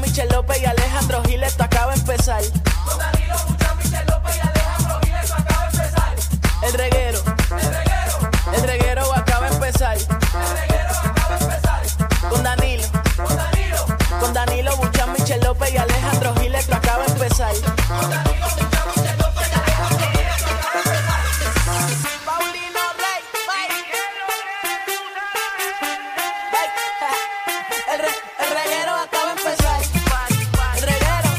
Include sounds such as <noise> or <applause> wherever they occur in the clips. Michel López y Alejandro Giles, esto acaba de empezar. Con Danilo Buchan, Michel López y Alejandro Gil, esto acaba de empezar. El reguero, El reguero, el reguero acaba de empezar. el reguero acaba de empezar. Con Danilo, Con Danilo, con Danilo Buchan, Michel López y Alejandro Giles, esto acaba de empezar. Paulino Rey, Rey. El re- el reguero acaba de empezar. El reguero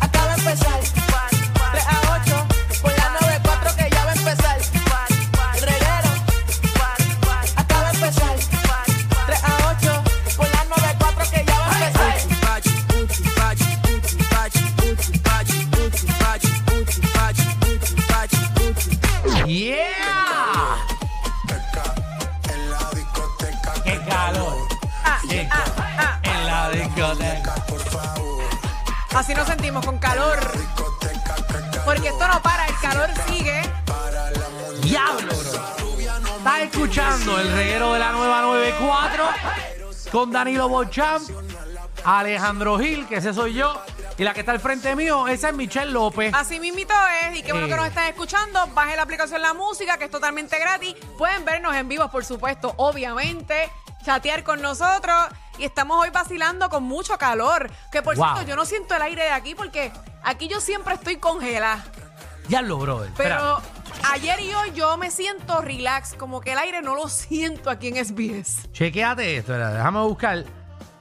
acaba de empezar. 3 a 8, por la 94 que ya va a empezar. El reguero acaba de empezar. 3 a 8, por la 94 que ya va a empezar. ¡Yeah! en la discoteca. ¡Qué calor! ¡Qué calor! En la discoteca. Por favor, Así nos sentimos con calor. Porque esto no para, el calor sigue. ¡Diablo, bro! Estás escuchando el reguero de la nueva 94 con Danilo Bocham, Alejandro Gil, que ese soy yo, y la que está al frente mío, esa es Michelle López. Así mismito es. Y qué bueno que Eh. nos están escuchando. Baje la aplicación La Música, que es totalmente gratis. Pueden vernos en vivo, por supuesto, obviamente. Chatear con nosotros. Y estamos hoy vacilando con mucho calor. Que por Wow. cierto, yo no siento el aire de aquí porque aquí yo siempre estoy congelada. Diablo, bro. Pero ayer y hoy yo me siento relax. Como que el aire no lo siento aquí en SBS. Chequéate esto, espera, déjame buscar.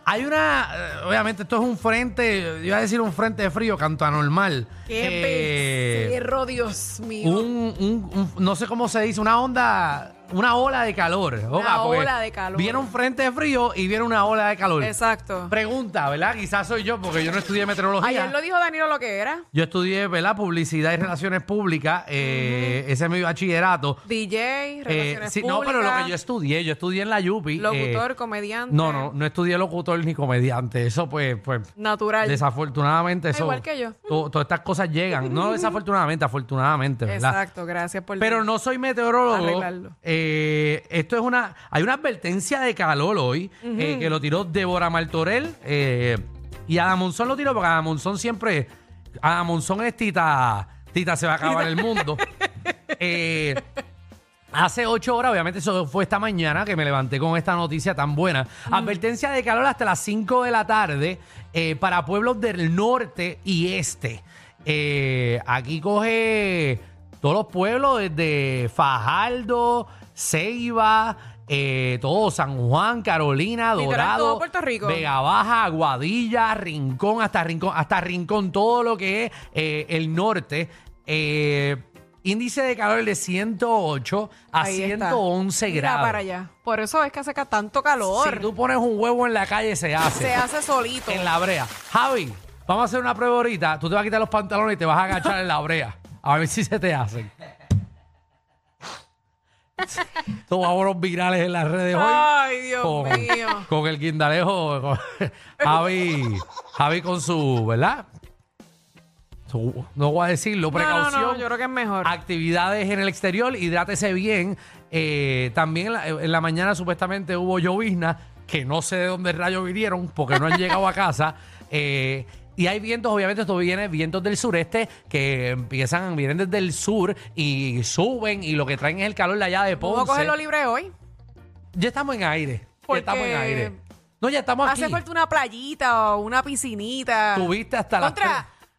Hay una, eh, obviamente esto es un frente, iba a decir un frente de frío, canto anormal. Qué Eh, becerro, Dios mío. un, un- un- no sé cómo se dice, una onda, una ola de calor. Oga, porque ola de calor. Viene un frente de frío y viene una ola de calor. Exacto. Pregunta, ¿verdad? Quizás soy yo porque yo no estudié meteorología. Ayer lo dijo Danilo lo que era. Yo estudié, ¿verdad? Publicidad y relaciones públicas. eh, Ese es mi bachillerato. DJ, Eh, relaciones sí, no, públicas, pero lo que yo estudié, yo estudié en la Yupi. eh, locutor, comediante. no, no, no estudié locutor ni comediante. Eso, pues, pues Natural. desafortunadamente, eso. Ah, Igual que yo. to- todas estas cosas llegan. <laughs> No desafortunadamente, afortunadamente, ¿verdad? Exacto, gracias por Pero no soy meteorólogo. Arreglarlo. Eh, esto es una. Hay una advertencia de calor hoy eh, que lo tiró Débora Martorell. eh, y Ada Monzón lo tiró porque Ada Monzón siempre. Ada Monzón es Tita. Tita se va a acabar el <laughs> mundo. Eh, Hace ocho horas, obviamente eso fue esta mañana que me levanté con esta noticia tan buena. Mm. Advertencia de calor hasta las 5 de la tarde eh, para pueblos del norte y este. Eh, aquí coge todos los pueblos desde Fajardo, Ceiba, eh, todo San Juan, Carolina, Literal, Dorado, todo Puerto Rico. Vega Baja, Aguadilla, Rincón, hasta Rincón, hasta Rincón, todo lo que es eh, el norte. Eh, índice de calor de 108 a Ahí está. 111 Mira grados. para allá. Por eso es que hace ca- tanto calor. Si tú pones un huevo en la calle, se hace. Se hace solito. En la brea. Javi, vamos a hacer una prueba ahorita. Tú te vas a quitar los pantalones y te vas a agachar en la brea. A ver si se <laughs> te hacen. Estos vámonos virales en las redes hoy. Ay, Dios con, mío. con el guindalejo, con- <laughs> Javi, Javi con su, ¿verdad? Su- no voy a decirlo, No, no, precaución. no, yo creo que es mejor. Actividades en el exterior, hidrátese bien. Eh, también en la, en la mañana supuestamente hubo llovizna, que no sé de dónde rayos vinieron porque <laughs> no han llegado a casa. Eh, y hay vientos, obviamente esto viene, vientos del sureste que empiezan, vienen desde el sur y suben y lo que traen es el calor de allá de Ponce. Vamos a cogerlo libre hoy. Ya estamos en aire. Porque- Ya estamos en aire. No, ya estamos aquí. Hace falta una playita o una piscinita. Tuviste hasta las Contra, tres-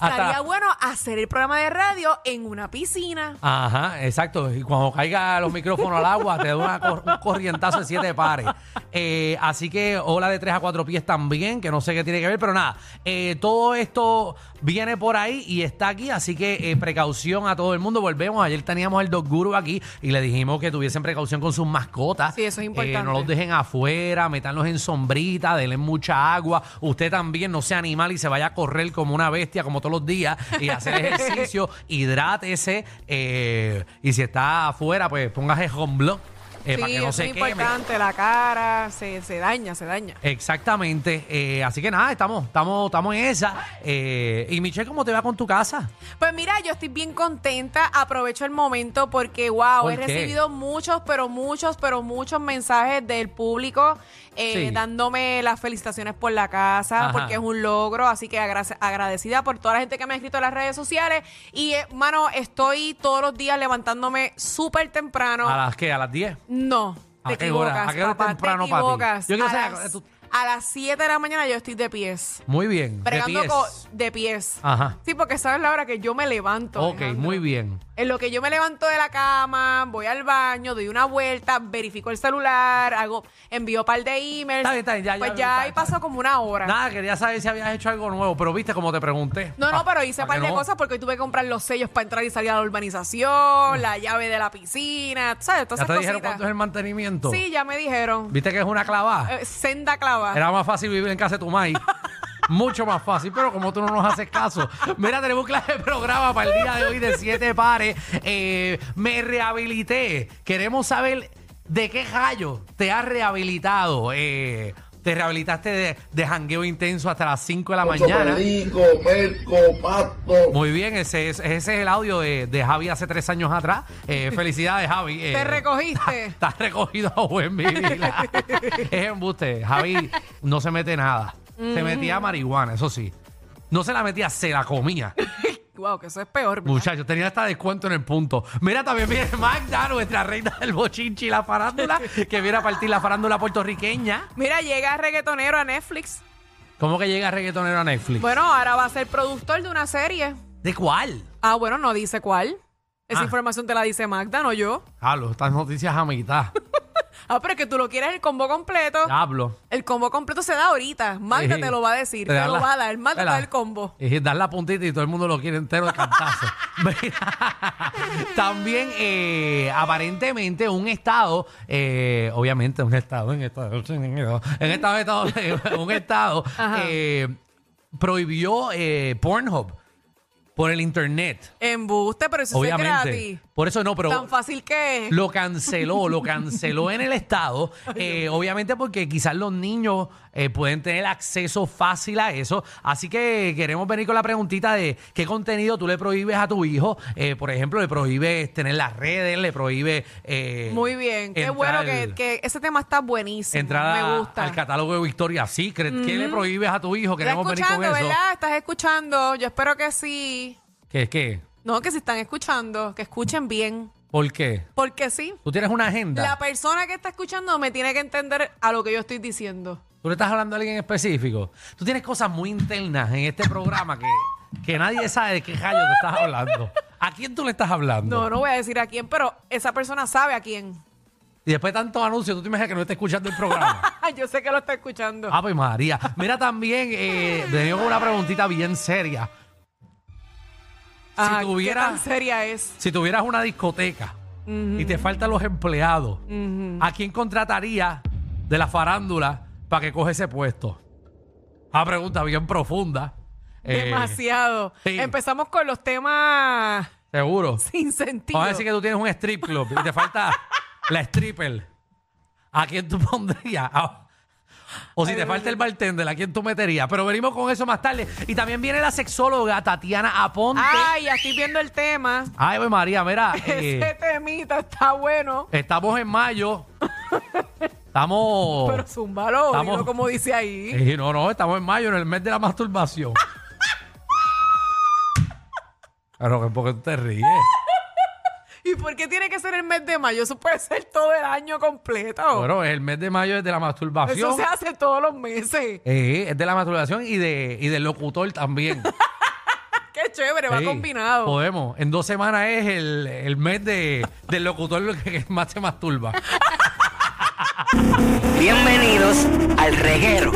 hasta- estaría bueno hacer el programa de radio en una piscina. Ajá, exacto. Y cuando caiga los micrófonos al agua, te da una cor- un corrientazo de siete pares. Eh, así que ola de tres a cuatro pies también, que no sé qué tiene que ver, pero nada. eh, todo esto viene por ahí y está aquí, así que eh, precaución a todo el mundo. Volvemos. Ayer teníamos el Dog Guru aquí y le dijimos que tuviesen precaución con sus mascotas. Sí, eso es Eh, importante. no los dejen afuera, metanlos en sombrita, denle mucha agua. Usted también no sea animal y se vaya a correr como una bestia, como todos los días, y hacer <laughs> ejercicio, hidrátese. eh, y si está afuera, pues póngase home block. eh, sí, para que no eso se es queme. importante, la cara se, se daña, se daña. Exactamente. eh, así que nada, estamos, estamos, estamos en esa. Eh, y Michelle, ¿cómo te va con tu casa? Pues mira, yo estoy bien contenta, aprovecho el momento porque, wow, ¿Por he qué? recibido muchos, pero muchos, pero muchos mensajes del público eh, Sí. dándome las felicitaciones por la casa, Ajá. porque es un logro, así que agra- agradecida por toda la gente que me ha escrito en las redes sociales y, eh, mano, estoy todos los días levantándome súper temprano. ¿A las qué? ¿A las 10? No, ¿A te qué equivocas, hora? ¿A qué hora es papá, temprano te para ti? equivocas. Yo quiero a, saber, eh, las, tú- a las 7 de la mañana yo estoy de pies. Muy bien. de Bregando pies. co- de pies. Ajá. Sí, porque sabes la hora que yo me levanto. Ok, Alejandro. muy bien. En lo que yo me levanto de la cama, voy al baño, doy una vuelta, verifico el celular, hago, envío un par de emails. Está bien, está bien, ya, pues ya, ya, está, ahí está. pasó como una hora. Nada, quería saber si habías hecho algo nuevo, pero viste como te pregunté. No, Pa- no, pero hice un Ah, pa' par que de no- cosas porque hoy tuve que comprar los sellos para entrar y salir a la urbanización, la llave de la piscina, ¿sabes? Todas Mm. ¿Ya te esas dijeron cuánto es cositas. el mantenimiento? Sí, ya me dijeron. ¿Viste que es una clavada? Eh, senda clava. Era más fácil vivir en casa de <laughs> tu mai. Mucho más fácil, pero como tú no nos haces caso. Mira, tenemos clase de programa para el día de hoy de siete pares. Eh, me rehabilité. Queremos saber de qué rayo te has rehabilitado. Eh, te rehabilitaste de, de jangueo intenso hasta las 5 de la mañana. Perico, Merco, Pato. Muy bien, ese es, ese es el audio de, de Javi hace tres años atrás. <laughs> Eh, felicidades, Javi. Eh, Te recogiste. <laughs> Estás recogido a buen vivir. es embuste. Javi no se mete nada. Se metía marihuana, eso sí. No se la metía, se la comía. Wow, que eso es peor. ¿verdad? Muchachos, tenía hasta descuento en el punto. Mira, también viene Magda, nuestra reina del bochinchi y la farándula, que viene a partir la farándula puertorriqueña. Mira, llega reggaetonero a Netflix. ¿Cómo que llega reggaetonero a Netflix? Bueno, ahora va a ser productor de una serie. ¿De cuál? Ah, bueno, no dice cuál. Esa Ah. información te la dice Magda, no yo. Hablo, estas noticias a mitad. Ah, pero es que tú lo quieres el combo completo. Hablo. El combo completo se da ahorita. Magda Sí. te lo va a decir. Te, dan lo la- va a dar. Magda te te la- da el combo. Y dar la puntita y todo el mundo lo quiere entero de cantazo. <laughs> Mira, También, eh, aparentemente, un estado, eh, obviamente, un estado, en Estados Unidos, en estado, estado, un estado, Ajá. eh, prohibió eh, Pornhub por el internet. Embuste, pero eso es obviamente. gratis. Por eso no, pero Tan fácil que es. lo canceló, lo canceló en el estado, eh, obviamente porque quizás los niños eh, pueden tener acceso fácil a eso. Así que queremos venir con la preguntita de qué contenido tú le prohíbes a tu hijo. Eh, por ejemplo, le prohíbes tener las redes, le prohíbes... eh, Muy bien. Qué entrar bueno al- que, que ese tema está buenísimo. Entrar a- Me gusta. al catálogo de Victoria Secret. ¿Qué le prohíbes a tu hijo? Estás Queremos venir con escuchando, eso. ¿verdad? Estás escuchando. Yo espero que sí. ¿Qué es qué? No, que si están escuchando, que escuchen bien. ¿Por qué? Porque sí. ¿Tú tienes una agenda? La persona que está escuchando me tiene que entender a lo que yo estoy diciendo. Tú le estás hablando a alguien específico. Tú tienes cosas muy internas en este programa que, que nadie sabe de qué rayo te estás hablando. ¿A quién tú le estás hablando? No, no voy a decir a quién, pero esa persona sabe a quién. <laughs> Y después de tantos anuncios, tú te imaginas que no estés escuchando el <laughs> programa. yo sé que lo está escuchando. Ave María. Mira también, eh, te digo una preguntita bien seria. Ah, si tuviera- ¿Qué tan seria es? Si tuvieras una discoteca y te faltan los empleados, ¿a quién contratarías de la farándula para que coge ese puesto? Una pregunta bien profunda. Eh, Demasiado. sí. Empezamos con los temas <laughs> Seguro. sin sentido. Vamos a decir que tú tienes un strip club y te falta <laughs> la stripper. ¿A quién tú pondrías? Ah, O si te falta el bartender, ¿a quién tú meterías? Pero venimos con eso más tarde. Y también viene la sexóloga Tatiana Aponte. Ay, Ay, ya estoy viendo el tema. Ave María, <laughs> mira. <laughs> eh, Ah. Ese temita está bueno. estamos en mayo. <laughs> Estamos. Pero zúmbalo, Estamos- dilo como dice ahí. Oh. <laughs> Eh, no, no, estamos en mayo, en el mes de la masturbación. <laughs> Pero que porque tú te ríes. ¿Y por qué tiene que ser el mes de mayo? Eso puede ser todo el año completo. Bueno, el mes de mayo es de la masturbación. Eso se hace todos los meses. <laughs> Eh, es de la masturbación y, de, y del locutor también. <laughs> Qué chévere, va Sí, combinado. Podemos. En dos semanas es el, el mes de, del locutor que, que más se masturba. Bienvenidos al reguero.